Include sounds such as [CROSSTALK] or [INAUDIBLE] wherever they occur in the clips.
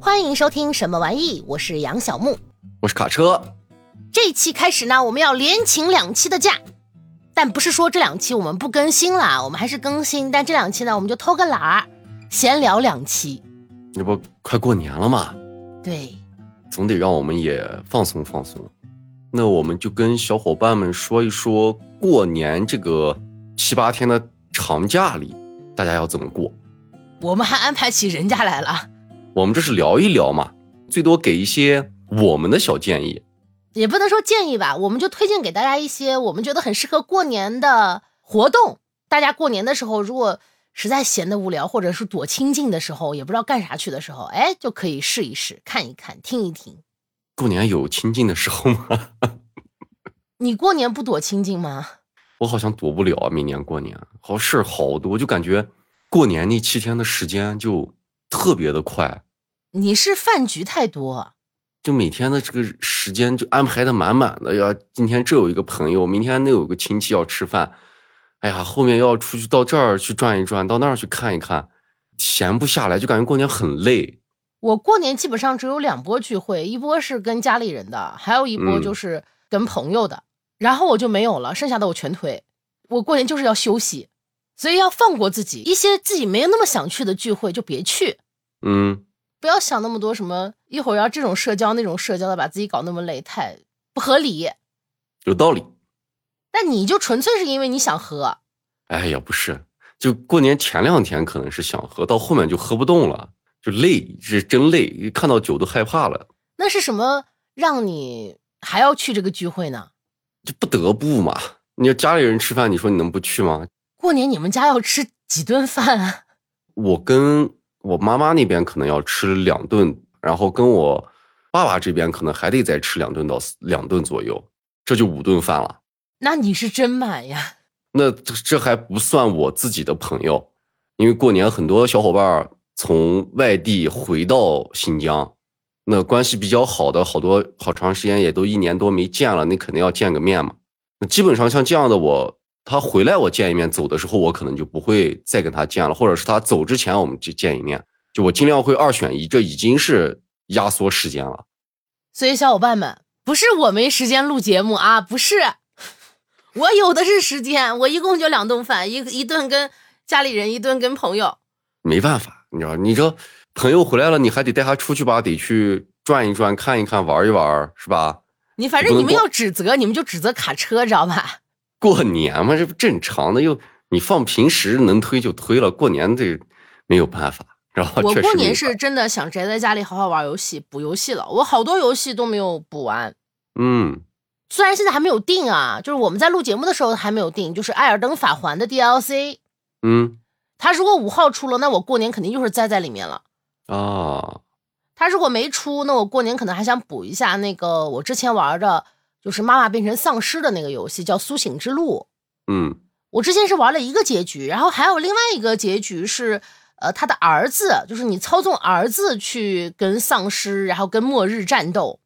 欢迎收听什么玩意？我是杨小木。我是卡车，这期开始呢，我们要连请两期的假，但不是说这两期我们不更新啦，我们还是更新，但这两期呢，我们就偷个懒儿，闲聊两期。这不快过年了嘛，对，总得让我们也放松放松。那我们就跟小伙伴们说一说过年这个七八天的长假里，大家要怎么过。我们还安排起人家来了，我们这是聊一聊嘛，最多给一些我们的小建议。也不能说建议吧，我们就推荐给大家一些我们觉得很适合过年的活动。大家过年的时候，如果实在闲得无聊，或者是躲清静的时候，也不知道干啥去的时候，哎，就可以试一试，看一看，听一听。过年有亲近的时候吗？ [LAUGHS] 你过年不躲清静吗？我好像躲不了啊，每年过年好事儿好多，就感觉过年那七天的时间就特别的快，你是饭局太多，就每天的这个时间就安排的满满的呀。今天这有一个朋友，明天那有个亲戚要吃饭，哎呀，后面要出去到这儿去转一转，到那儿去看一看，闲不下来，就感觉过年很累。我过年基本上只有两波聚会，一波是跟家里人的，还有一波嗯就是跟朋友的。然后我就没有了，剩下的我全推。我过年就是要休息，所以要放过自己，一些自己没有那么想去的聚会就别去，嗯，不要想那么多什么一会儿要这种社交那种社交的，把自己搞那么累，太不合理。有道理。那你就纯粹是因为你想喝，哎呀，不是，就过年前两天可能是想喝，到后面就喝不动了，就累，是真累，看到酒都害怕了，那是什么让你还要去这个聚会呢？就不得不嘛。你要家里人吃饭，你说你能不去吗？过年你们家要吃几顿饭啊？我跟我妈妈那边可能要吃两顿，然后跟我爸爸这边可能还得再吃两顿到四两顿左右，这就五顿饭了。那你是真满呀！那这这还不算我自己的朋友，因为过年很多小伙伴儿从外地回到新疆，那关系比较好的好多好长时间也都一年多没见了，那肯定要见个面嘛。那基本上像这样的我，他回来我见一面，走的时候我可能就不会再跟他见了，或者是他走之前我们就见一面，就我尽量会二选一，这已经是压缩时间了。所以小伙伴们，不是我没时间录节目啊，不是， [LAUGHS] 我有的是时间，我一共就两顿饭，一一顿跟家里人，一顿跟朋友。没办法，你知道，你这朋友回来了，你还得带他出去吧，得去转一转、看一看、玩一玩，是啊吧？你反正不能你们光要指责，你们就指责卡车，知道吧？过年嘛，这不正常的，又你放平时能推就推了，过年这没有办法，然后我确实过没年有是真的想宅在家里好好玩游戏、补游戏了，我好多游戏都没有补完。嗯，虽然现在还没有定啊，就是我们在录节目的时候还没有定，就是《艾尔登法环》的 DLC，嗯它如果五号出了，那我过年肯定就是栽在里面了。啊，它如果没出，那我过年可能还想补一下那个我之前玩的，就是妈妈变成丧尸的那个游戏，叫《苏醒之路》。嗯我之前是玩了一个结局，然后还有另外一个结局是，呃，他的儿子，就是你操纵儿子去跟丧尸，然后跟末日战斗。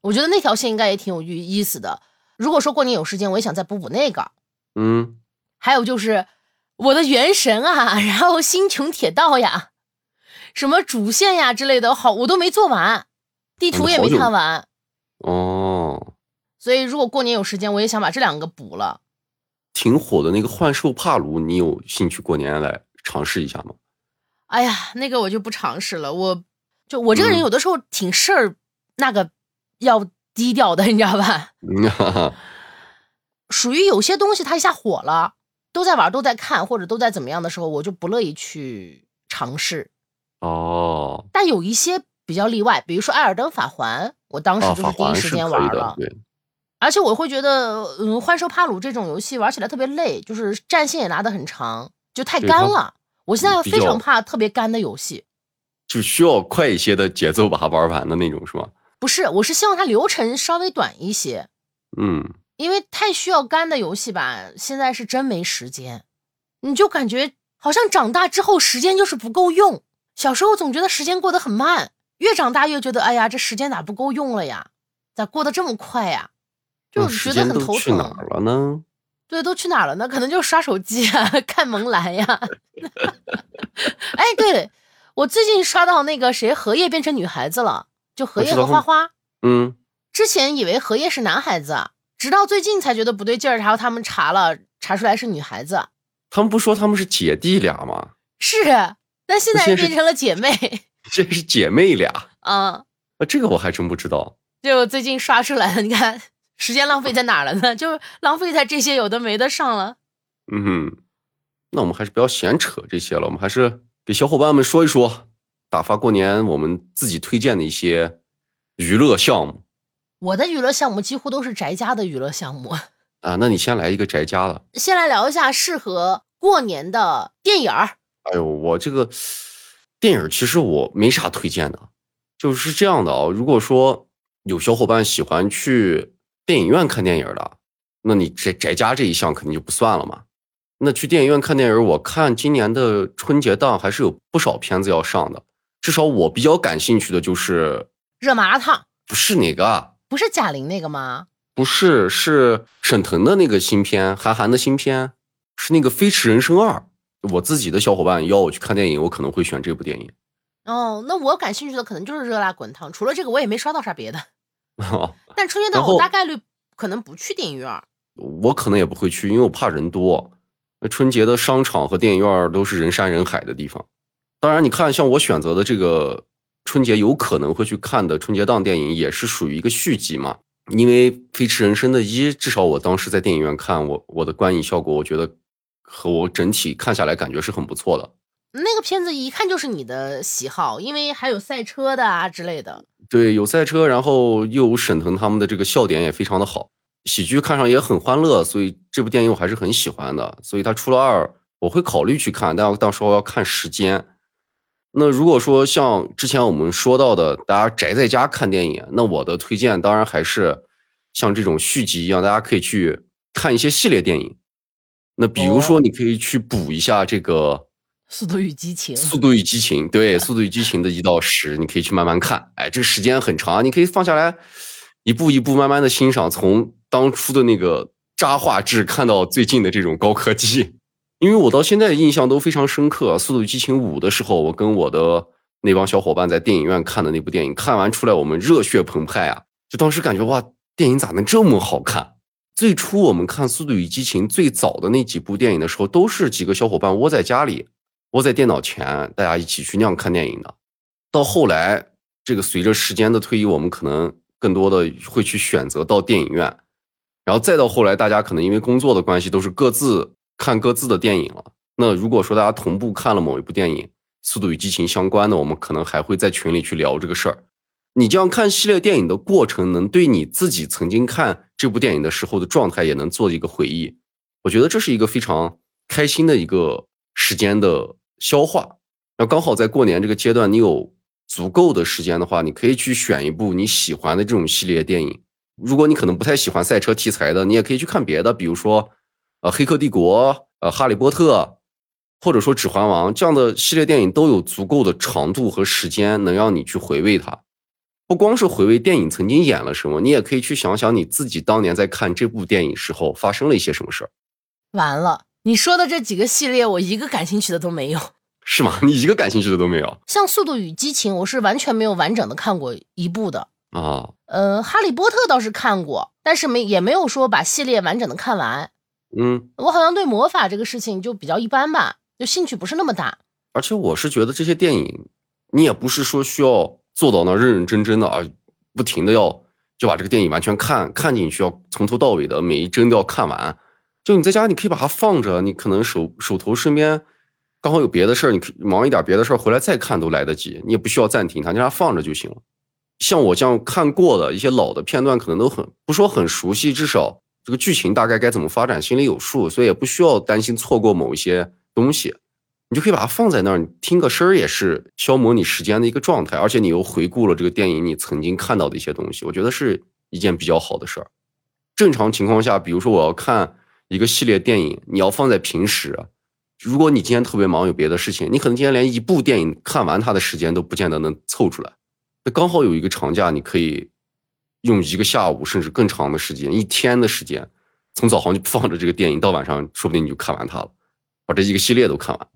我觉得那条线应该也挺有意意思的。如果说过年有时间，我也想再补补那个。嗯，还有就是我的原神啊， [LAUGHS] 然后星穹铁道呀，什么主线呀之类的，好，我都没做完，地图也没看完。哦，所以如果过年有时间，我也想把这两个补了。挺火的那个幻兽帕鲁，你有兴趣过年来尝试一下吗？ [LAUGHS] 哎呀，那个我就不尝试了。我就我这个人嗯有的时候挺事儿，那个要低调的，你 [LAUGHS] 知道吧？嗯哈哈，属于有些东西它一下火了，都在玩，都在看，或者都在怎么样的时候，我就不乐意去尝试。哦，但有一些比较例外，比如说《艾尔登法环》，我当时啊，就法第一环时是间可以玩的了，，对，而且我会觉得，嗯，幻兽帕鲁这种游戏玩起来特别累，就是战线也拉得很长，就太对干它了。我现在比非常较怕特别干的游戏，就需要快一些的节奏把它玩完的那种，是吗？不是，我是希望它流程稍微短一些，嗯，因为太需要干的游戏吧，现在是真没时间。你就感觉好像长大之后时间就是不够用，小时候总觉得时间过得很慢，越长大越觉得哎呀，这时间咋不够用了呀？咋过得这么快呀？就那觉嗯时得间很都头去哪疼儿。了呢？对，都去哪儿了 [LAUGHS] 呢？可能就是刷手机啊，看萌兰呀。哎，对了，我最近刷到那个谁荷叶变成女孩子了，就荷叶我知道和花花。嗯，之前以为荷叶是男孩子，直到最近才觉得不对劲儿，然后他们查了，查出来是女孩子。他们不说他们是姐弟俩吗？ [LAUGHS] 是，啊但现在现在是变成了姐妹。这是姐妹俩 [LAUGHS] 嗯，啊，这个我还真不知道。就最近刷出来的，你看 [LAUGHS] 时间浪费在哪儿了呢？ [LAUGHS] 就是浪费在这些有的没的上了。嗯哼，那我们还是不要闲扯这些了，我们还是给小伙伴们说一说，打发过年我们自己推荐的一些娱乐项目我的娱乐项目几乎都是宅家的娱乐项目。 [LAUGHS] 啊。那你先来一个宅家的。先来聊一下适合过年的电影儿。哎呦，我这个电影其实我没啥推荐的，就是这样的啊、如果说有小伙伴喜欢去电影院看电影的，那你宅宅家这一项肯定就不算了嘛。那去电影院看电影，我看今年的春节档还是有不少片子要上的，至少我比较感兴趣的就是热麻辣烫不是哪个啊，不是贾玲那个吗？不是是沈腾的那个新片，韩寒的新片，是那个《飞驰人生二》。我自己的小伙伴要我去看电影，我可能会选这部电影。哦，那我感兴趣的可能就是热辣滚烫，除了这个我也没刷到啥别的。啊，但春节档然后我大概率可能不去电影院儿。 [LAUGHS] 我可能也不会去，因为我怕人多。那春节的商场和电影院都是人山人海的地方。当然，你看，像我选择的这个春节有可能会去看的春节档电影，也是属于一个续集嘛。因为《飞驰人生》的一，至少我当时在电影院看，我我的观影效果，我觉得和我整体看下来感觉是很不错的。那个片子一看就是你的喜好，因为还有赛车的啊之类的。对，有赛车，然后又有沈腾他们的这个笑点也非常的好，喜剧看上也很欢乐，所以这部电影我还是很喜欢的。所以它出了二，我会考虑去看，但到时候要看时间。那如果说像之前我们说到的，大家宅在家看电影，那我的推荐当然还是像这种续集一样，大家可以去看一些系列电影。那比如说，你可以去补一下这个速度与激情，《速度与激情》对，《速度与激情》的一到十，你可以去慢慢看。哎，这个时间很长，你可以放下来，一步一步慢慢的欣赏，从当初的那个渣画质看到最近的这种高科技。因为我到现在的印象都非常深刻，《速度与激情五》的时候，我跟我的那帮小伙伴在电影院看的那部电影，看完出来我们热血澎湃啊！就当时感觉哇，电影咋能这么好看？最初我们看《速度与激情》最早的那几部电影的时候，都是几个小伙伴窝在家里，窝在电脑前，大家一起去那样看电影的。到后来，这个随着时间的推移，我们可能更多的会去选择到电影院，然后再到后来，大家可能因为工作的关系，都是各自看各自的电影了。那如果说大家同步看了某一部电影，《速度与激情》相关的，我们可能还会在群里去聊这个事儿。你这样看系列电影的过程，能对你自己曾经看这部电影的时候的状态，也能做一个回忆。我觉得这是一个非常开心的一个时间的消化。那刚好在过年这个阶段，你有足够的时间的话，你可以去选一部你喜欢的这种系列电影。如果你可能不太喜欢赛车题材的，你也可以去看别的，比如说，呃，《黑客帝国》、呃，《哈利波特》，或者说《指环王》这样的系列电影，都有足够的长度和时间，能让你去回味它。不光是回味电影曾经演了什么，你也可以去想想你自己当年在看这部电影时候发生了一些什么事儿。完了。你说的这几个系列，我一个感兴趣的都没有。是吗？ [LAUGHS] 你一个感兴趣的都没有像《速度与激情》，我是完全没有完整的看过一部的。啊？呃，《哈利波特》倒是看过，但是没也没有说把系列完整的看完。嗯，我好像对魔法这个事情就比较一般吧，就兴趣不是那么大。而且我是觉得这些电影，你也不是说需要坐到那儿认认真真的啊，不停的要就把这个电影完全看看进去，要从头到尾的每一帧都要看完。就你在家，你可以把它放着，你可能手手头身边刚好有别的事儿，你可以忙一点别的事儿回来再看都来得及，你也不需要暂停它，就让它放着就行了。像我这样看过的一些老的片段，可能都很不说很熟悉，至少这个剧情大概该怎么发展心里有数，所以也不需要担心错过某一些东西。你就可以把它放在那儿，你听个声儿也是消磨你时间的一个状态，而且你又回顾了这个电影你曾经看到的一些东西，我觉得是一件比较好的事儿。正常情况下，比如说我要看一个系列电影，你要放在平时，啊如果你今天特别忙有别的事情，你可能今天连一部电影看完它的时间都不见得能凑出来。那刚好有一个长假，你可以用一个下午甚至更长的时间，一天的时间，从早上就放着这个电影到晚上，说不定你就看完它了，把这一个系列都看完。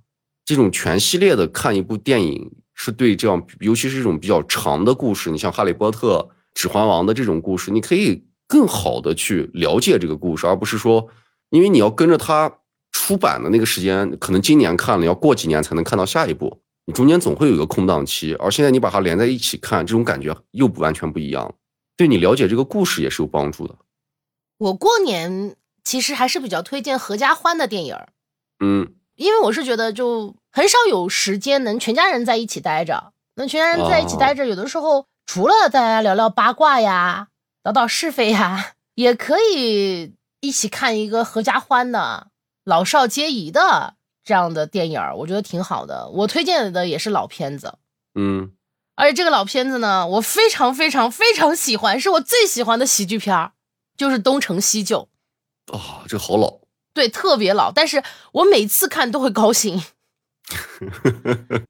这种全系列的看一部电影是对这样，尤其是这种比较长的故事，你像《哈利波特》《指环王》的这种故事，你可以更好的去了解这个故事，而不是说，因为你要跟着它出版的那个时间，可能今年看了，要过几年才能看到下一部，你中间总会有一个空档期。而现在你把它连在一起看，这种感觉又不完全不一样了，对你了解这个故事也是有帮助的。我过年其实还是比较推荐合家欢的电影儿，嗯，因为我是觉得就很少有时间能全家人在一起待着。那全家人在一起待着，有的时候除了大家聊聊八卦呀、聊聊是非呀，也可以一起看一个合家欢的、老少皆宜的这样的电影儿，我觉得挺好的。我推荐的也是老片子，嗯，而且这个老片子呢，我非常非常非常喜欢，是我最喜欢的喜剧片儿，就是《东成西就》。啊，这好老，对，特别老，但是我每次看都会高兴。 [LAUGHS]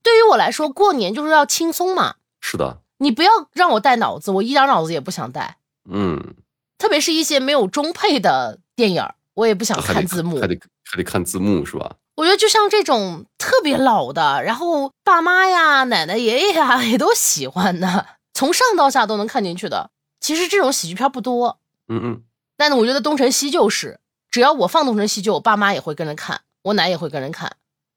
对于我来说，过年就是要轻松嘛，是的，你不要让我带脑子，我一点脑子也不想带。嗯，特别是一些没有中配的电影儿，我也不想还得看字幕还。得还得看字幕是吧？我觉得就像这种特别老的，然后爸妈呀、奶奶、爷爷呀 [LAUGHS] 也都喜欢的，从上到下都能看进去的。其实这种喜剧片不多，嗯嗯，但是我觉得《东成西就》是，只要我放《东成西就》，我爸妈也会跟着看，我奶也会跟着看。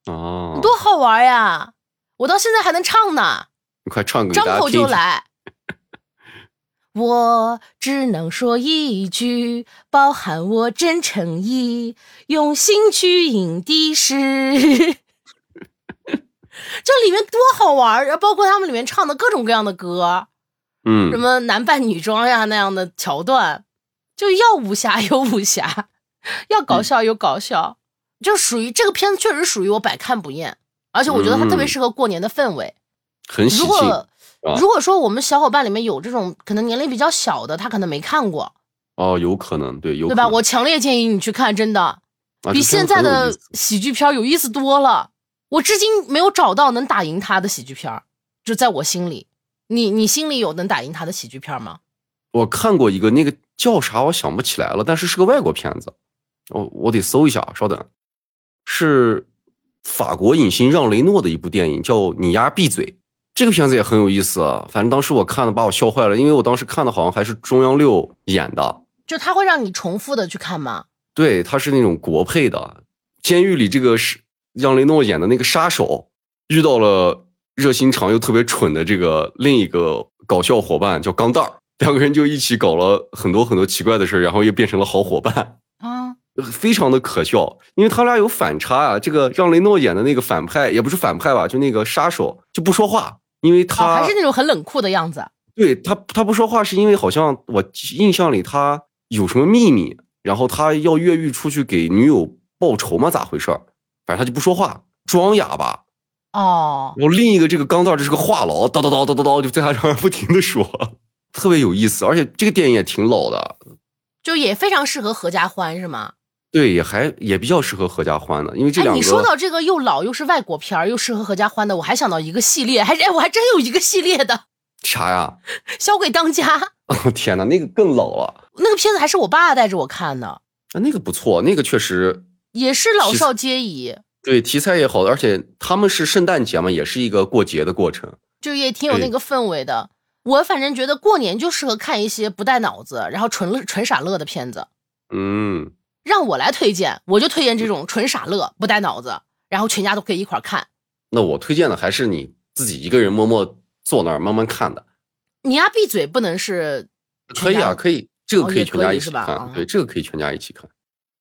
哦，多好玩呀！我到现在还能唱呢，你快唱个给张大家口听一就听。来。我只能说一句，包含我真诚意，用心去引的是。 [LAUGHS] 这里面多好玩儿，然后包括他们里面唱的各种各样的歌，嗯，什么男扮女装呀那样的桥段，就要武侠有武侠，要嗯搞笑有搞笑，就属于这个片子确实属于我百看不厌，而且我觉得它特别嗯适合过年的氛围。很喜如庆。果吧如果说我们小伙伴里面有这种可能年龄比较小的，他可能没看过，哦，有可能，对，有对吧？可能我强烈建议你去看，真的啊比这片现子在很有的意思喜剧片儿有意思多了。我至今没有找到能打赢他的喜剧片儿，就在我心里。你你心里有能打赢他的喜剧片儿吗？我看过一个那个叫啥，我想不起来了，但是是个外国片子，我我得搜一下，稍等，是法国影星让雷诺的一部电影，叫《你丫闭嘴》。这个片子也很有意思啊，反正当时我看的把我笑坏了，因为我当时看的好像还是中央六演的，就他会让你重复的去看吗？对，他是那种国配的。监狱里这个是让雷诺演的那个杀手，遇到了热心肠又特别蠢的这个另一个搞笑伙伴叫钢蛋儿，两个人就一起搞了很多很多奇怪的事儿，然后又变成了好伙伴，呃啊，非常的可笑。因为他俩有反差啊，这个让雷诺演的那个反派也不是反派吧，就那个杀手就不说话，因为哦，他、还是那种很冷酷的样子。对他，他不说话是因为好像我印象里他有什么秘密，然后他要越狱出去给女友报仇吗？咋回事儿？反正他就不说话，装哑巴。哦，然后另一个这个钢蛋儿就是个话痨，叨叨叨叨叨叨，就在他这儿不停的说， [LAUGHS] 特别有意思。而且这个电影也挺老的，就也非常适合合家欢是吗？对，也还也比较适合合家欢的，因为这哎，两个、你说到这个又老又是外国片儿，又适合合家欢的，我还想到一个系列，还是哎，我还真有一个系列的啥呀？ [LAUGHS] 《小鬼当家》，我天哪，那个更老了，那个片子还是我爸带着我看的，啊那个不错，那个确实也是老少皆宜，对题材也好，而且他们是圣诞节嘛，也是一个过节的过程。就也挺哎有那个氛围的。我反正觉得过年就适合看一些不带脑子，然后纯乐纯傻乐的片子。嗯。让我来推荐，我就推荐这种纯傻乐、不带脑子，然后全家都可以一块儿看。那我推荐的还是你自己一个人默默坐那儿慢慢看的，你丫闭嘴，不能是可以啊，可以，这个哦可以也全可家以一是起吧看，啊对，这个可以全家一起看。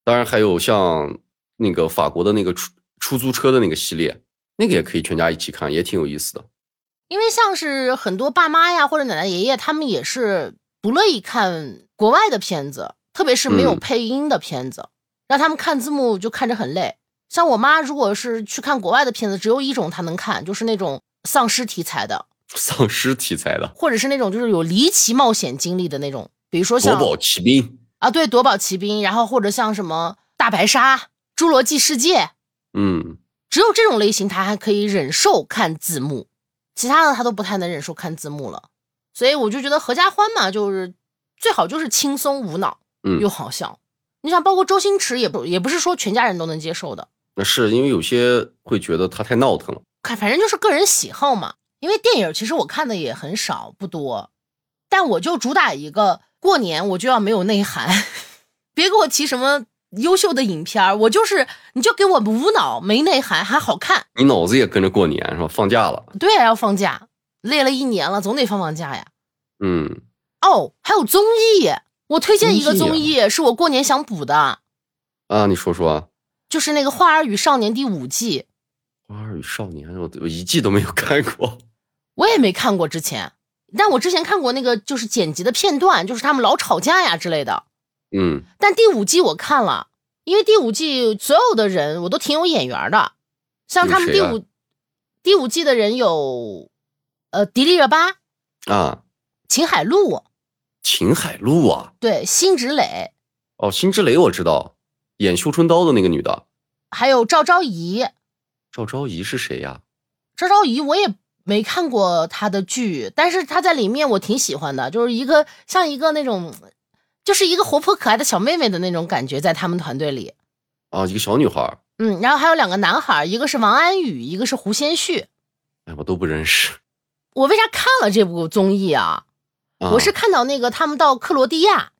当然还有像那个法国的那个出出租车的那个系列，那个也可以全家一起看，也挺有意思的。 [LAUGHS] 因为像是很多爸妈呀或者奶奶爷爷，他们也是不乐意看国外的片子，特别是没有嗯配音的片子，让他们看字幕就看着很累。像我妈，如果是去看国外的片子，只有一种她能看，就是那种丧尸题材的，丧尸题材的或者是那种就是有离奇冒险经历的那种，比如说《夺像宝奇兵》，啊对夺宝奇兵，然后或者像什么大白鲨、侏罗纪世界，嗯，只有这种类型，他还可以忍受看字幕，其他的他都不太能忍受看字幕了。所以我就觉得合家欢嘛，就是最好就是轻松无脑，嗯又好笑。你想，包括周星驰也不也不是说全家人都能接受的，那是因为有些会觉得它太闹腾了。看反正就是个人喜好嘛。因为电影其实我看的也很少，不多，但我就主打一个过年我就要没有内涵， [LAUGHS] 别给我提什么优秀的影片儿我就是你就给我无脑没内涵还好看，你脑子也跟着过年是吧？放假了，对啊，要放假，累了一年了，总得放放假呀。嗯，哦，还有综艺，我推荐一个综综艺艺，是我过年想补的，啊，你说说啊，就是那个《花儿与少年》第五季， 《花儿与少年》我我一季都没有看过， [LAUGHS] 我也没看过之前，但我之前看过那个就是剪辑的片段，就是他们老吵架呀之类的。嗯但第五季我看了，因为第五季所有的人我都挺有眼缘的，像他们第有谁啊五、第五季的人有，呃，迪丽热巴、啊，秦海璐，秦海璐啊，对，辛芷蕾，哦，辛芷蕾我知道，演《绣春刀》的那个女的，还有赵昭仪。赵昭仪是谁呀？赵昭仪我也没看过她的剧，但是她在里面我挺喜欢的，就是一个像一个那种，就是一个活泼可爱的小妹妹的那种感觉，在他们团队里。啊，一个小女孩儿，嗯，然后还有两个男孩，一个是王安宇，一个是胡先煦。哎，我都不认识。我为啥看了这部综艺啊？啊、我是看到那个他们到克罗地亚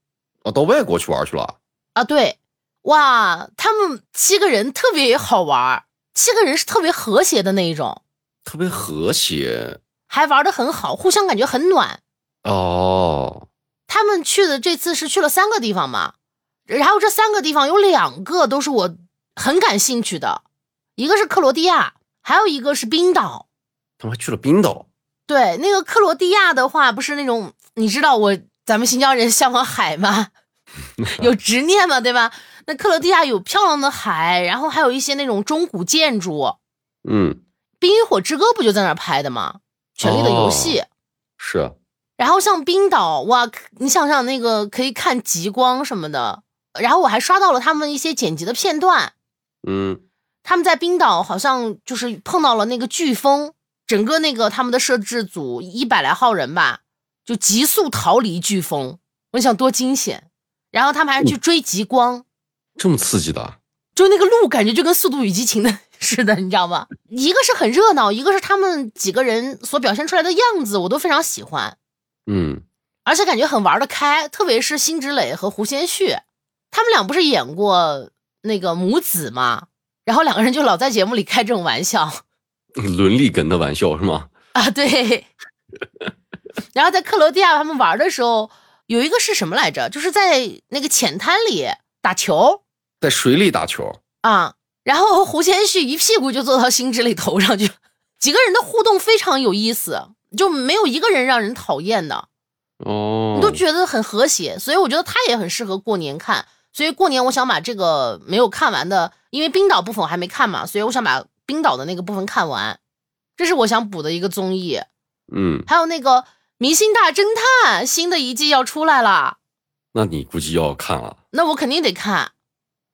哦，到外国去玩去了。啊，对，哇，他们七个人特别好玩儿，七个人是特别和谐的那一种，特别和谐还玩的很好，互相感觉很暖。哦，他们去的这次是去了三个地方嘛，然后这三个地方有两个都是我很感兴趣的，一个是克罗地亚，还有一个是冰岛。他们还去了冰岛对，那个克罗地亚的话，不是那种你知道我咱们新疆人向往海吗？有执念嘛，对吧？那克罗地亚有漂亮的海，然后还有一些那种中古建筑，《嗯，冰与火之歌》不就在那儿拍的吗？《权力的游戏》是啊然后像冰岛哇，你想想那个可以看极光什么的，然后我还刷到了他们一些剪辑的片段，嗯他们在冰岛好像就是碰到了那个飓风，整个那个他们的摄制组一百来号人吧，就急速逃离飓风，我想多惊险！然后他们还去追极光，这么刺激的就那个路感觉就跟《速度与激情》的 [LAUGHS] 似的，你知道吗？一个是很热闹，一个是他们几个人所表现出来的样子，我都非常喜欢。嗯而且感觉很玩得开，特别是辛芷蕾和胡先煦，他们俩不是演过那个母子吗？然后两个人就老在节目里开这种玩笑伦理梗的玩笑是吗？啊，对。然后在克罗地亚他们玩的时候，有一个是什么来着？就是在那个浅滩里打球在水里打球啊，然后胡先煦一屁股就坐到辛芷蕾头上去了，几个人的互动非常有意思，就没有一个人让人讨厌的。哦你都觉得很和谐，所以我觉得它也很适合过年看。所以过年我想把这个没有看完的，因为冰岛部分我还没看嘛，所以我想把冰岛的那个部分看完。这是我想补的一个综艺，嗯，还有那个《明星大侦探》新的一季要出来了，那你估计要看了。那我肯定得看。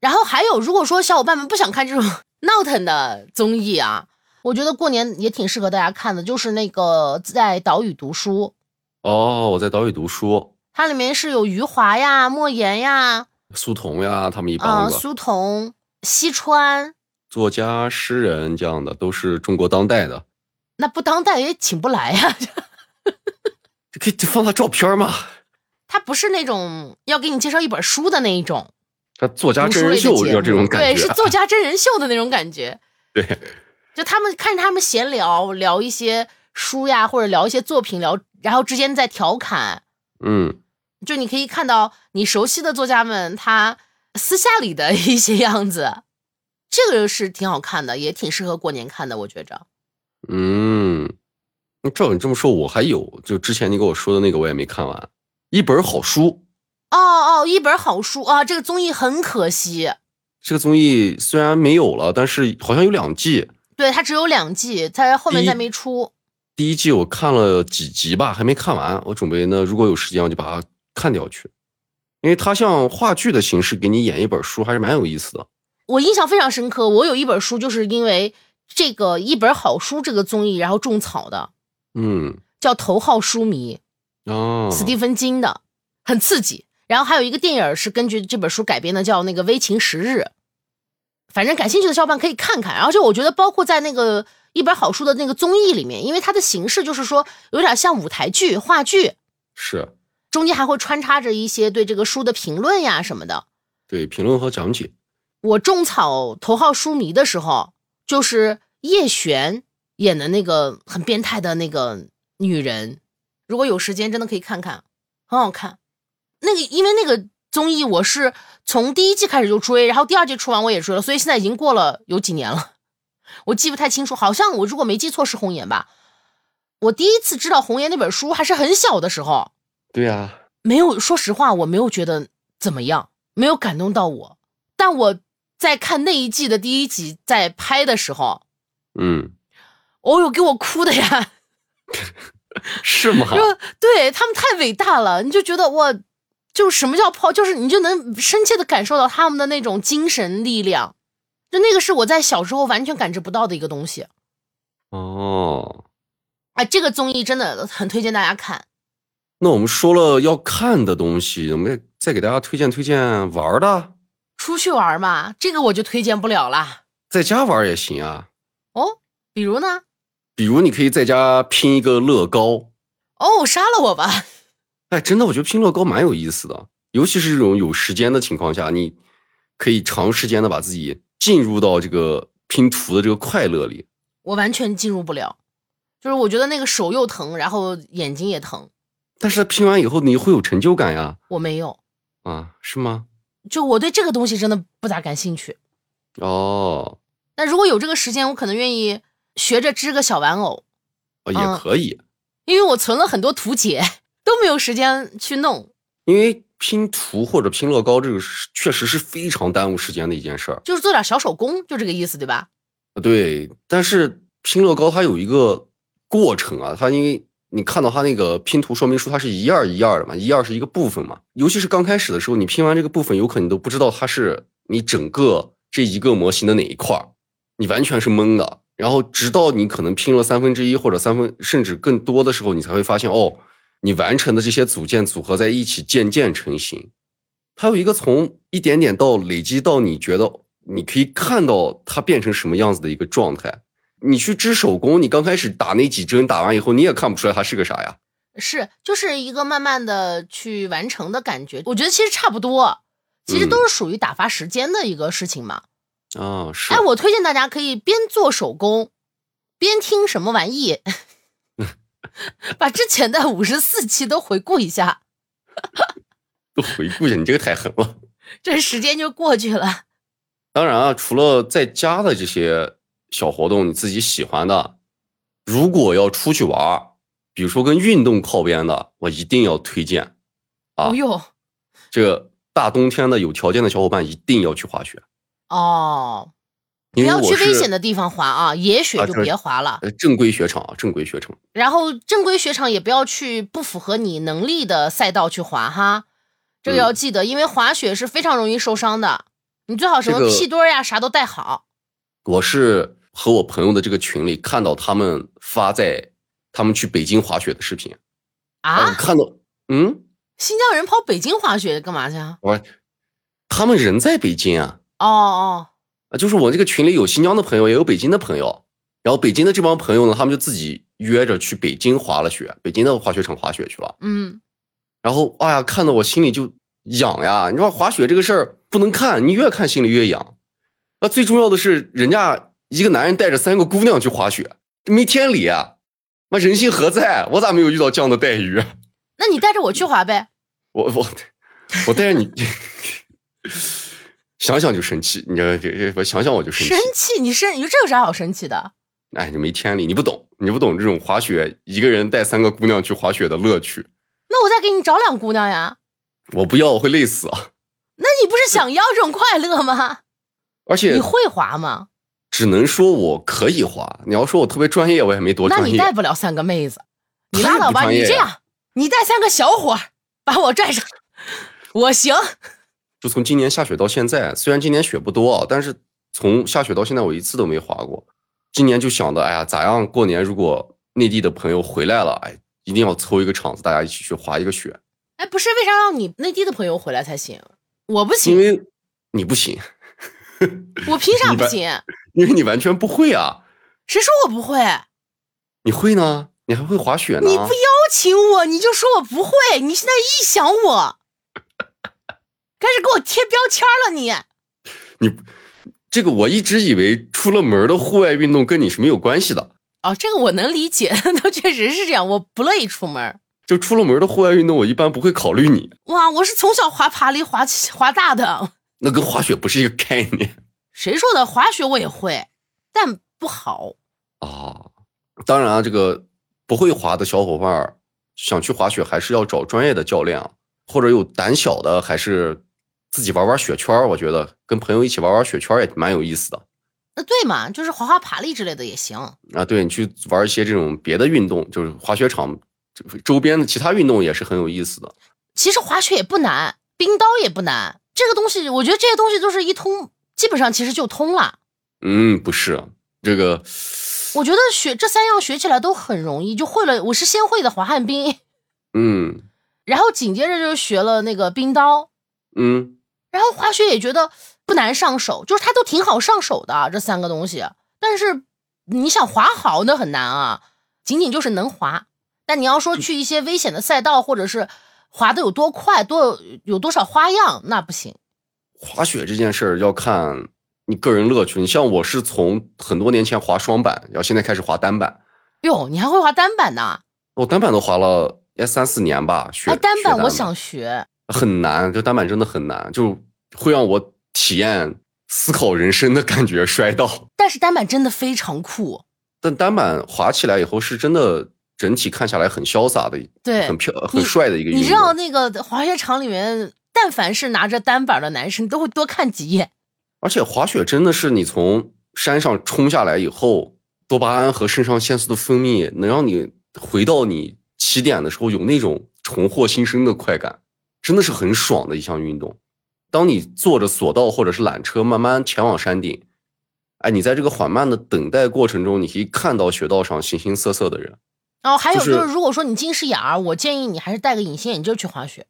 然后还有，如果说小伙伴们不想看这种闹腾的综艺啊，我觉得过年也挺适合大家看的，就是那个在岛屿读书，哦，我在岛屿读书，它里面是有余华呀、莫言呀、苏童呀，他们一啊、帮子、苏童、西川，作家、诗人这样的，都是中国当代的。那不当代也请不来呀、 [LAUGHS] 这可以放他照片吗？他不是那种要给你介绍一本书的那一种他作家读书真人类的秀，节要目，这种感觉。啊对，是作家真人秀的那种感觉。 [LAUGHS] 对，就他们看着他们闲聊，聊一些书呀，或者聊一些作品，聊然后之间在调侃。嗯，就你可以看到你熟悉的作家们他私下里的 [LAUGHS] 一些样子，这个是挺好看的，也挺适合过年看的，我觉着。嗯，那照你这么说，我还有，就之前你给我说的那个，我也没看完，一本好书。哦哦，一本好书啊！这个综艺很可惜，这个综艺虽然没有了，但是好像有两季。对它只有两季，它后面第一再没出。第一季我看了几集吧，还没看完。我准备呢，如果有时间我就把它看掉去，因为它像话剧的形式给你演一本书，还是蛮有意思的。我印象非常深刻，我有一本书就是因为这个一本好书这个综艺，然后种草的，嗯，叫《头号书迷哦，》，史蒂芬金的，很刺激。然后还有一个电影是根据这本书改编的，叫那个《微情十日》。反正感兴趣的小伙伴可以看看，而且我觉得包括在那个一本好书的那个综艺里面，因为它的形式就是说有点像舞台剧、话剧，是中间还会穿插着一些对这个书的评论呀什么的。对评论和讲解，我种草头号书迷的时候，就是叶璇演的那个很变态的那个女人。如果有时间，真的可以看看，很好看。那个因为那个综艺我是从第一季开始就追，然后第二季出完我也追了，所以现在已经过了有几年了，我记不太清楚，好像我如果没记错是红岩吧。我第一次知道红岩那本书还是很小的时候，对呀、没有，说实话，我没有觉得怎么样，没有感动到我。但我在看那一季的第一集，在拍的时候， [LAUGHS] 嗯，哦哟，给我哭的呀！是吗？就对他们太伟大了，你就觉得哇，就是什么叫抛，就是你就能深切的感受到他们的那种精神力量。就那个是我在小时候完全感知不到的一个东西。哦，哎，这个综艺真的很推荐大家看。那我们说了要看的东西，我们再再给大家推荐推荐玩儿的，出去玩嘛，这个我就推荐不了啦。在家玩儿也行啊。哦，比如呢？比如你可以在家拼一个乐高，哦，杀了我吧！哎，真的，我觉得拼乐高蛮有意思的，尤其是这种有时间的情况下，你可以长时间的把自己进入到这个拼图的这个快乐里。我完全进入不了，就是我觉得那个手又疼，然后眼睛也疼，但是拼完以后你会有成就感呀，我没有，啊，是吗？就我对这个东西真的不咋感兴趣。哦，那如果有这个时间，我可能愿意学着织个小玩偶，哦嗯也可以，因为我存了很多图解，都没有时间去弄。因为拼图或者拼乐高这个是确实是非常耽误时间的一件事儿。就是做点小手工，就这个意思，对吧？对，但是拼乐高它有一个过程啊，它因为你看到它那个拼图说明书，它是一页儿一页儿的嘛，一页儿是一个部分嘛。尤其是刚开始的时候，你拼完这个部分，有可能你都不知道它是你整个这一个模型的哪一块儿，你完全是懵的。然后直到你可能拼了三分之一或者三分甚至更多的时候，你才会发现哦，你完成的这些组件组合在一起，渐渐成型。它有一个从一点点到累积到你觉得你可以看到它变成什么样子的一个状态。你去织手工，你刚开始打那几针，打完以后你也看不出来它是个啥呀。是，就是一个慢慢的去完成的感觉。我觉得其实差不多，其实都是属于打发时间的一个事情嘛。啊，是哎，我推荐大家可以边做手工，边听什么玩意，嗯 [LAUGHS] 把之前的五十四期都回顾一下，都回顾一下，你这个太狠了。这时间就过去了。当然啊，除了在家的这些小活动，你自己喜欢的，如果要出去玩儿，比如说跟运动靠边的，我一定要推荐。啊哦呦，这个大冬天的，有条件的小伙伴一定要去滑雪，哦，不因为要我去是危险的地方滑啊，野雪啊就这别滑了。呃正规雪场啊，正规雪场。然后正规雪场也不要去不符合你能力的赛道去滑哈，嗯这个要记得，因为滑雪是非常容易受伤的。你最好什么这个屁墩儿呀啥都带好。我是和我朋友的这个群里看到他们发在他们去北京滑雪的视频，我啊，看到，嗯，新疆人跑北京滑雪干嘛去啊？我他们人在北京啊，哦哦，啊，就是我这个群里有新疆的朋友，也有北京的朋友，然后北京的这帮朋友呢，他们就自己约着去北京滑了雪，北京的滑雪场滑雪去了，嗯，然后哎呀，看得我心里就痒呀，你说滑雪这个事儿不能看，你越看心里越痒，那最重要的是人家一个男人带着三个姑娘去滑雪，这没天理啊！那人性何在？我咋没有遇到这样的待遇？啊那你带着我去滑呗。我我我带着你， [LAUGHS] 想想就生气，你这这这我想想我就生气生，气，你生，你说这有啥好生气的？哎，就没天理，你不懂，你不懂这种滑雪一个人带三个姑娘去滑雪的乐趣，那我再给你找两姑娘呀。我不要，我会累死啊！那你不是想要这种快乐吗？而且你会滑吗？只能说我可以滑。你要说我特别专业，我也没多那专你业。带不了三个妹 [LAUGHS] 子，你太拉不倒吧！专你业这了样，你带三个小伙儿把我拽上， [LAUGHS] 我行。就从今年下雪到现在，虽然今年雪不多啊，但是从下雪到现在我一次都没滑过。今年就想的，哎呀，咋样？过年如果内地的朋友回来了，哎，一定要凑一个场子，大家一起去滑一个雪。哎，不是，为啥要你内地的朋友回来才行？我不因行，为你不行， [LAUGHS] 我凭啥你不把行？因为你完全不会啊。谁说我不会？你会呢？你还会滑雪呢？你不邀请我，你就说我不会。你现在臆想我， [LAUGHS] 开始给我贴标签了你。你这个我一直以为出了门的户外运动跟你是没有关系的，哦，这个我能理解， [LAUGHS] 那确实是这样。我不乐意出门。就出了门的户外运动，我一般不会考虑你。哇，我是从小滑爬犁滑滑大的。那跟滑雪不是一个概念谁说的？滑雪我也会，但不好。啊。当然啊，这个不会滑的小伙伴儿想去滑雪，还是要找专业的教练啊，或者有胆小的，还是自己玩玩雪圈儿。我觉得跟朋友一起玩玩雪圈儿也蛮有意思的那对嘛，就是滑滑爬犁之类的也行。啊。对你去玩一些这种别的运动，就是滑雪场周边的其他运动也是很有意思的。其实滑雪也不难，冰刀也不难。这个东西，我觉得这些东西都是一通，基本上其实就通了。嗯，不是这个。我觉得学这三样学起来都很容易，就会了。我是先会的滑旱冰， [LAUGHS] 嗯然后紧接着就学了那个冰刀，嗯，然后滑雪也觉得不难上手，就是它都挺好上手的这三个东西。但是你想滑好那很难啊，仅仅就是能滑。但你要嗯说去一些危险的赛道，或者是滑的有多快、多有有多少花样，那不行。滑雪这件事儿要看你个人乐趣。你像我是从很多年前滑双板，然后现在开始滑单板。哟，你还会滑单板呢？我单板都滑了也三四年吧，学哎，单学板我想学，很难，就单板真的很难，就会让我体验思考人生的感觉，摔到。但是单板真的非常酷。但单板滑起来以后是真的，整体看下来很潇洒的，对，很漂很帅的一个运动。你知道那个滑雪场里面，但凡是拿着单板的男生，都会多看几眼。而且滑雪真的是你从山上冲下来以后，多巴胺和肾上腺素的分泌能让你回到你起点的时候有那种重获新生的快感，真的是很爽的一项运动。当你坐着索道或者是缆车慢慢前往山顶，哎，你在这个缓慢的等待过程中，你可以看到雪道上形形色色的人。然后还有就就是是，如果说你近视眼儿，我建议你还是戴个隐形眼镜去滑雪。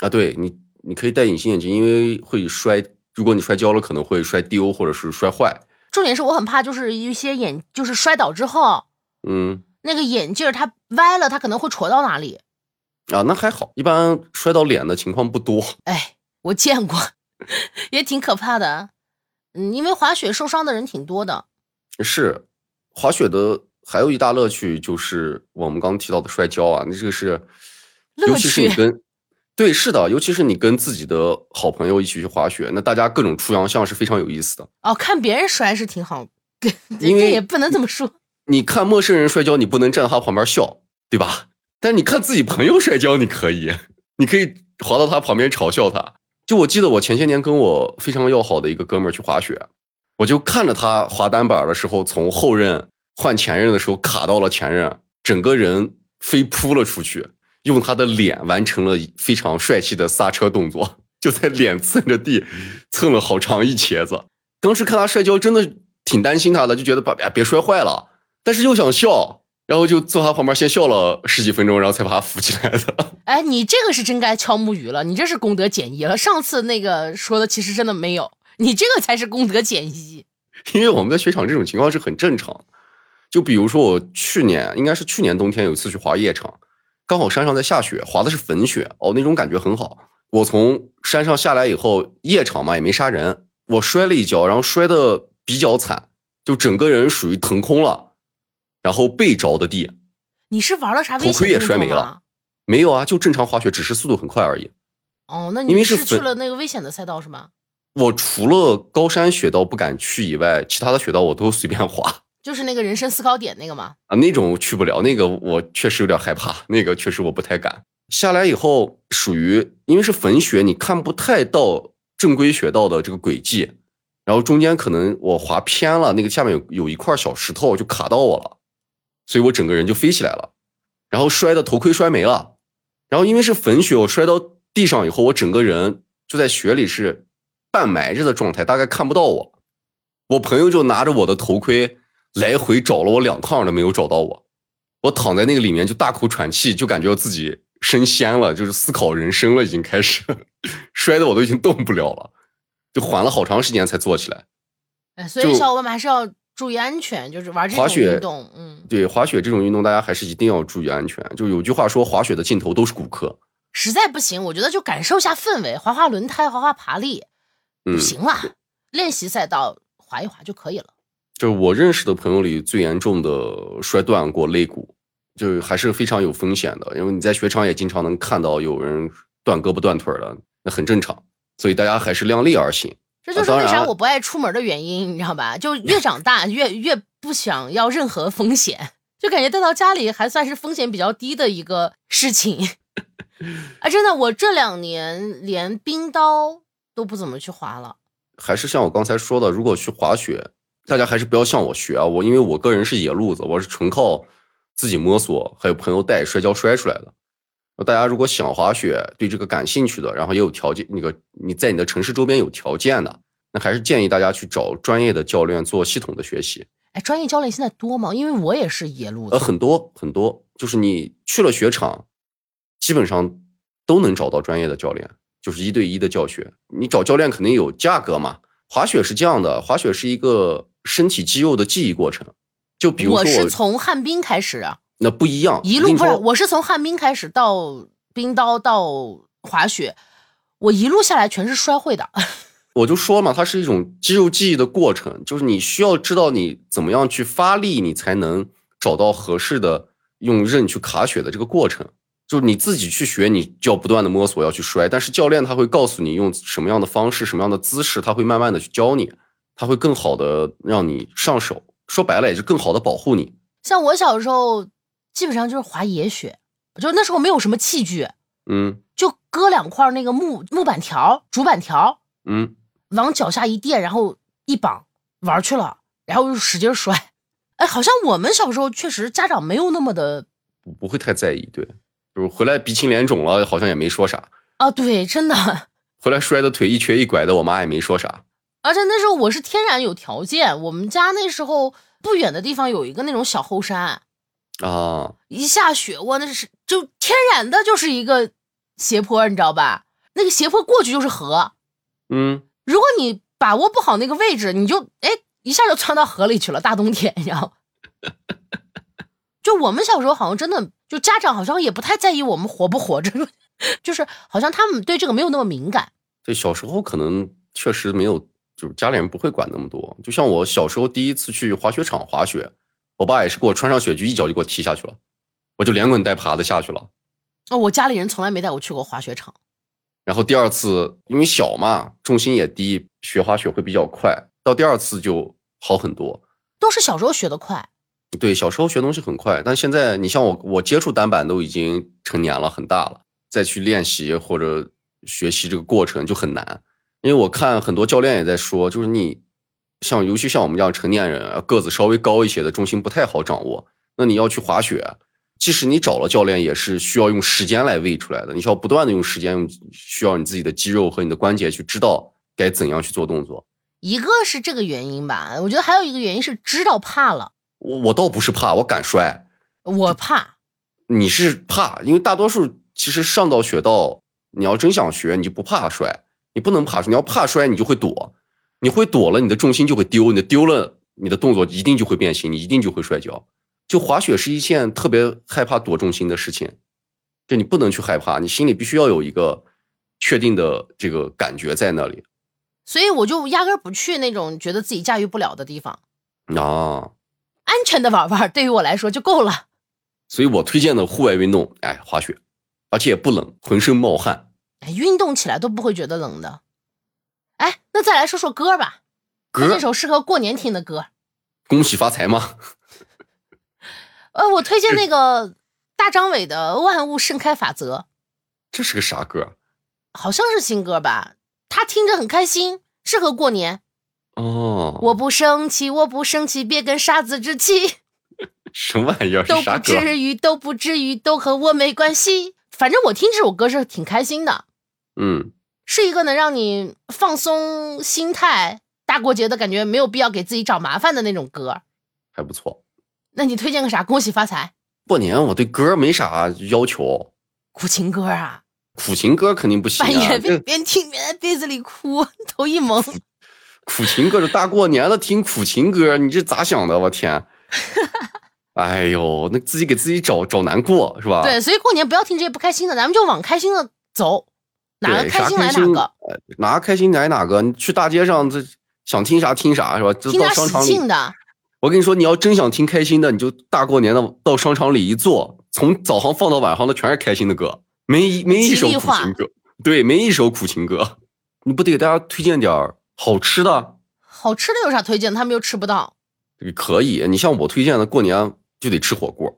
啊，对你，你可以戴隐形眼镜，因为会摔，如果你摔跤了，可能会摔丢或者是摔坏。重点是我很怕就是一些眼，就是摔倒之后嗯，那个眼镜儿它歪了，它可能会戳到哪里。啊，那还好，一般摔到脸的情况不多。哎，我见过， [LAUGHS] 也挺可怕的。嗯，因为滑雪受伤的人挺多的。是，滑雪的还有一大乐趣就是我们刚刚提到的摔跤啊，那这个是，乐尤其是你趣跟，对，是的，尤其是你跟自己的好朋友一起去滑雪，那大家各种出洋相是非常有意思的。哦，看别人摔是挺好，这因为也不能这么说。你看陌生人摔跤，你不能站他旁边笑，对吧？但你看自己朋友摔跤，你可以，你可以滑到他旁边嘲笑他。就我记得我前些年跟我非常要好的一个哥们儿去滑雪，我就看着他滑单板的时候，从后刃换前刃的时候卡到了前刃，整个人飞扑了出去，用他的脸完成了非常帅气的刹车动作，就在脸蹭着地蹭了好长一茄子。当时看他摔跤，真的挺担心他的，就觉得把哎别摔坏了。但是又想笑，然后就坐他旁边先笑了十几分钟，然后才把他扶起来的。 [LAUGHS] 哎，你这个是真该敲木鱼了，你这是功德减一了。上次那个说的其实真的没有，你这个才是功德减一。因为我们在雪场这种情况是很正常的。就比如说我去年应该是去年冬天有一次去滑夜场，刚好山上在下雪，滑的是粉雪，哦，那种感觉很好。我从山上下来以后，夜场嘛也没啥人，我摔了一跤，然后摔的比较惨，就整个人属于腾空了，然后背着的地。你是玩了啥危头盔也险运摔没动了吗？没有啊，就正常滑雪，只是速度很快而已。哦，那因你为是是去粉了那个危险的赛道是吗？我除了高山雪道不敢去以外，其他的雪道我都随便滑就是那个人生思考点那个吗？啊，那种我去不了，那个我确实有点害怕，那个确实我不太敢。下来以后，属于因为是粉雪，你看不太到正规雪道的这个轨迹，然后中间可能我滑偏了，那个下面有有一块小石头就卡到我了，所以我整个人就飞起来了，然后摔的头盔摔没了，然后因为是粉雪，我摔到地上以后，我整个人就在雪里是半埋着的状态，大概看不到我。我朋友就拿着我的头盔来回找了我两趟都没有找到我，我躺在那个里面就大口喘气，就感觉自己升仙了，就是思考人生了，已经开始 [LAUGHS] 摔的我都已经动不了了，就缓了好长时间才坐起来。哎，所以就小伙伴们还是要注意安全，就是玩这滑种雪运动，嗯，对滑雪这种运动，大家还是一定要注意安全。就有句话说，滑雪的尽头都是顾客。实在不行，我觉得就感受一下氛围，滑滑轮胎，滑滑爬犁，嗯就，行了。练习赛道滑一滑就可以了。就是我认识的朋友里最严重的摔断过肋骨，就是还是非常有风险的，因为你在雪场也经常能看到有人断胳膊断腿儿的，那很正常。所以大家还是量力而行。这啊就是当为啥然我不爱出门的原因，你知道吧？就越长大越越不想要任何风险，就感觉带到家里还算是风险比较低的一个事情。 [LAUGHS] 啊，真的，我这两年连冰刀都不怎么去滑了。还是像我刚才说的，如果去滑雪，大家还是不要向我学啊。我因为我个人是野路子，我是纯靠自己摸索，还有朋友带摔跤摔出来的。那大家如果想滑雪，对这个感兴趣的，然后也有条件，那个你在你的城市周边有条件的，那还是建议大家去找专业的教练做系统的学习。哎，专业教练现在多吗？因为我也是野路呃，子。很多很多，就是你去了雪场，基本上都能找到专业的教练，就是一对一的教学。你找教练肯定有价格嘛。滑雪是这样的，滑雪是一个身体肌肉的记忆过程。就比如说我是我，从旱冰开始啊，那不一样，一跟路你不是，说我是从旱冰开始到冰刀到滑雪，我一路下来全是摔会的。 [LAUGHS] 我就说嘛，它是一种肌肉记忆的过程，就是你需要知道你怎么样去发力，你才能找到合适的用刃去卡血的这个过程。就是你自己去学，你就要不断的摸索，要去摔。但是教练他会告诉你用什么样的方式、什么样的姿势，他会慢慢的去教你，他会更好的让你上手。说白了，也是更好的保护你。像我小时候，基本上就是滑野雪，就那时候没有什么器具，嗯就割两块那个木木板条、竹板条，嗯，往脚下一垫，然后一绑玩去了，然后就使劲摔。 [LAUGHS] 哎，好像我们小时候确实家长没有那么的不不会太在意。对，就是回来鼻青脸肿了，好像也没说啥；啊，对，真的。回来摔的腿一瘸一拐的，我妈也没说啥。而且那时候我是天然有条件，我们家那时候不远的地方有一个那种小后山，啊，一下雪，哇，那是就天然的就是一个斜坡，你知道吧？那个斜坡过去就是河，嗯。如果你把握不好那个位置，你就哎一下就窜到河里去了，大冬天，你知道吗？ [LAUGHS] 就我们小时候好像真的，就家长好像也不太在意我们活不活着， [LAUGHS] 就是好像他们对这个没有那么敏感。对，小时候可能确实没有，就是家里人不会管那么多。就像我小时候第一次去滑雪场滑雪，我爸也是给我穿上雪具，一脚就给我踢下去了，我就连滚带爬的下去了。哦，我家里人从来没带我去过滑雪场，然后第二次，因为小嘛，重心也低，学滑雪会比较快。到第二次就好很多。都是小时候学的快。对，小时候学东西很快，但现在你像我，我接触单板都已经成年了，很大了，再去练习或者学习这个过程就很难。因为我看很多教练也在说，就是你像尤其像我们这样成年人，呃个子稍微高一些的，重心不太好掌握。那你要去滑雪，即使你找了教练，也是需要用时间来喂出来的。你需要不断的用时间，用需要你自己的肌肉和你的关节去知道该怎样去做动作。一个是这个原因吧，我觉得还有一个原因是知道怕了，我我倒不是怕，我敢摔。我怕。你是怕，因为大多数其实上到雪道，你要真想学，你就不怕摔，你不能怕摔，你要怕摔，你就会躲，你会躲了，你的重心就会丢，你的丢了，你的动作一定就会变形，你一定就会摔跤。就滑雪是一件特别害怕躲重心的事情，就你不能去害怕，你心里必须要有一个确定的这个感觉在那里所以我就压根儿不去那种觉得自己驾驭不了的地方，啊。安全的玩玩对于我来说就够了。所以我推荐的户外运动，哎，滑雪，而且也不冷，浑身冒汗。哎，运动起来都不会觉得冷的。哎，那再来说说歌吧，歌那这首适合过年听的歌。恭喜发财吗？呃，我推荐那个大张伟的《万物盛开法则 [LAUGHS] 这是个啥歌啊？》，好像是新歌吧，他听着很开心，适合过年。哦，我不生气，我不生气，别跟傻子置气，什么玩意儿？都是不啥歌？至于，都不至于，都和我没关系。反正我听这首歌是挺开心的，嗯，是一个能让你放松心态，大过节的感觉没有必要给自己找麻烦的那种歌。还不错。那你推荐个啥？恭喜发财，过年我对歌没啥要求，苦情歌啊，苦情歌肯定不行半啊。夜边这边听边在被子里哭，头一蒙。苦情歌，这大过年的听苦情歌，你这咋想的？[LAUGHS] 我天！哎呦，那自己给自己找找难过是吧？对，所以过年不要听这些不开心的，咱们就往开心的走，哪个对，啥开开心来哪个，呃哪个开心来哪个。你去大街上，这想听啥听啥是吧？就听到点商喜场里庆，的。我跟你说，你要真想听开心的，你就大过年的到商场里一坐，从早上放到晚上的全是开心的歌，没一没一首吉利苦话情歌。对，没一首苦情歌。你不得给大家推荐点儿好吃的？好吃的有啥推荐？他们又吃不到。这个可以，你像我推荐的，过年就得吃火锅，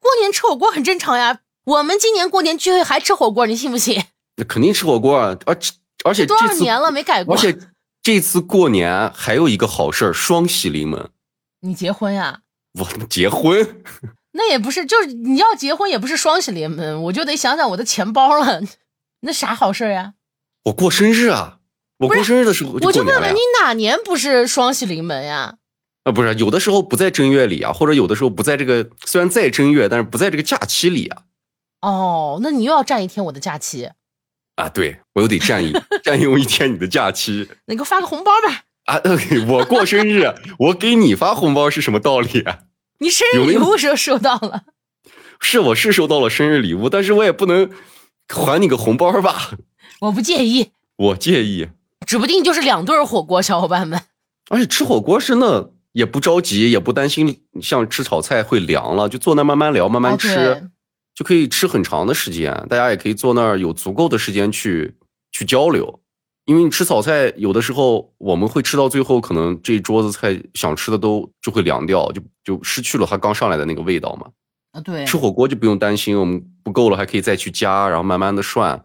过年吃火锅很正常呀，我们今年过年聚会还吃火锅，你信不信？那肯定吃火锅啊！而而且多这少次，年了没改过而？且这次过年还有一个好事儿，双喜临门，你结婚呀？我他妈结婚。那也不是，就是你要结婚也不是双喜临门，我就得想想我的钱包了。 [LAUGHS] 那啥好事儿呀？我过生日啊，我过生日的时候我就过年问了呀问你。哪年不是双喜临门呀？啊，不是，有的时候不在正月里啊，或者有的时候不在这个，虽然在正月，但是不在这个假期里啊。哦，那你又要占一天我的假期，啊，对我又得占 [LAUGHS] 一占用一天你的假期那你给我发个红包吧。啊。OK，我过生日，我给你发红包是什么道理啊？你生日有没礼有物时候收到了，是我是收到了生日礼物，但是我也不能还你个红包吧，我不介意，我介意。指不定就是两顿火锅，小伙伴们。而且吃火锅真的也不着急，也不担心像吃炒菜会凉了，就坐那儿慢慢聊，慢哦慢吃。对就可以吃很长的时间，大家也可以坐那儿有足够的时间去去交流。因为你吃炒菜，有的时候我们会吃到最后，可能这一桌子菜想吃的都就会凉掉，就就失去了它刚上来的那个味道嘛。啊，对，吃火锅就不用担心，我们不够了还可以再去加，然后慢慢的涮，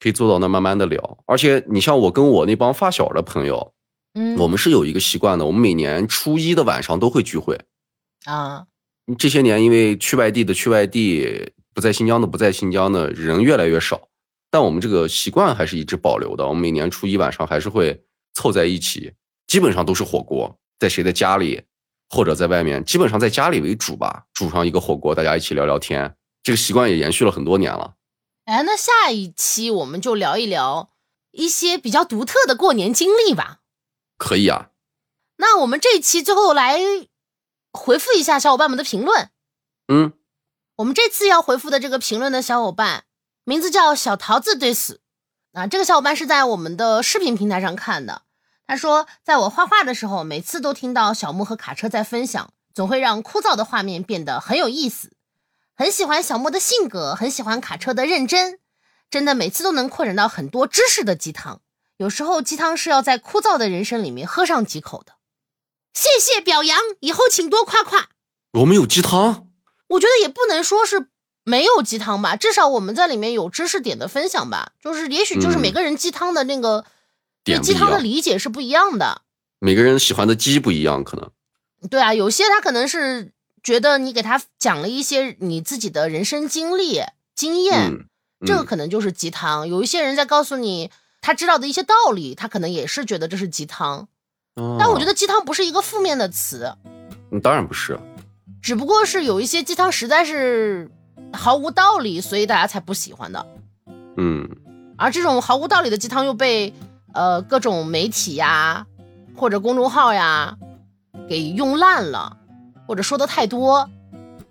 可以做到那慢慢的聊。而且你像我跟我那帮发小的朋友，嗯，我们是有一个习惯的，我们每年初一的晚上都会聚会。啊，这些年因为去外地的去外地，不在新疆的不在新疆的人越来越少，但我们这个习惯还是一直保留的。我们每年初一晚上还是会凑在一起，基本上都是火锅，在谁的家里或者在外面，基本上在家里为主吧，煮上一个火锅，大家一起聊聊天。这个习惯也延续了很多年了。哎，那下一期我们就聊一聊一些比较独特的过年经历吧。可以啊，那我们这一期最后来回复一下小伙伴们的评论。嗯，我们这次要回复的这个评论的小伙伴，名字叫小桃子对死啊。这个小伙伴是在我们的视频平台上看的。他说，在我画画的时候，每次都听到小莫和卡车在分享，总会让枯燥的画面变得很有意思。很喜欢小莫的性格，很喜欢卡车的认真，真的每次都能扩展到很多知识的鸡汤。有时候鸡汤是要在枯燥的人生里面喝上几口的。谢谢表扬，以后请多夸夸。我们有鸡汤，我觉得也不能说是没有鸡汤吧，至少我们在里面有知识点的分享吧，就是也许就是嗯每个人鸡汤的那个、对点不鸡一汤的样理解是不一样的。每个人喜欢的鸡不一样，可能对啊，有些他可能是觉得你给他讲了一些你自己的人生经历、经验，嗯，这个嗯可能就是鸡汤。有一些人在告诉你他知道的一些道理，他可能也是觉得这是鸡汤。但我觉哦得鸡汤不是一个负面的词，嗯当然不是，只不过是有一些鸡汤实在是毫无道理，所以大家才不喜欢的。嗯，而这种毫无道理的鸡汤又被呃各种媒体呀或者公众号呀给用烂了，或者说的太多，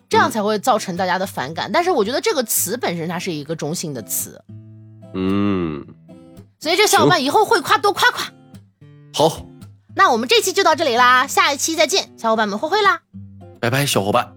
这样才会造成大家的反感。但是我觉得这个词本身它是一个中性的词，嗯，所以这小伙伴以后会夸多夸夸。好，那我们这期就到这里啦，下一期再见，小伙伴们，挥挥啦。拜拜，小伙伴。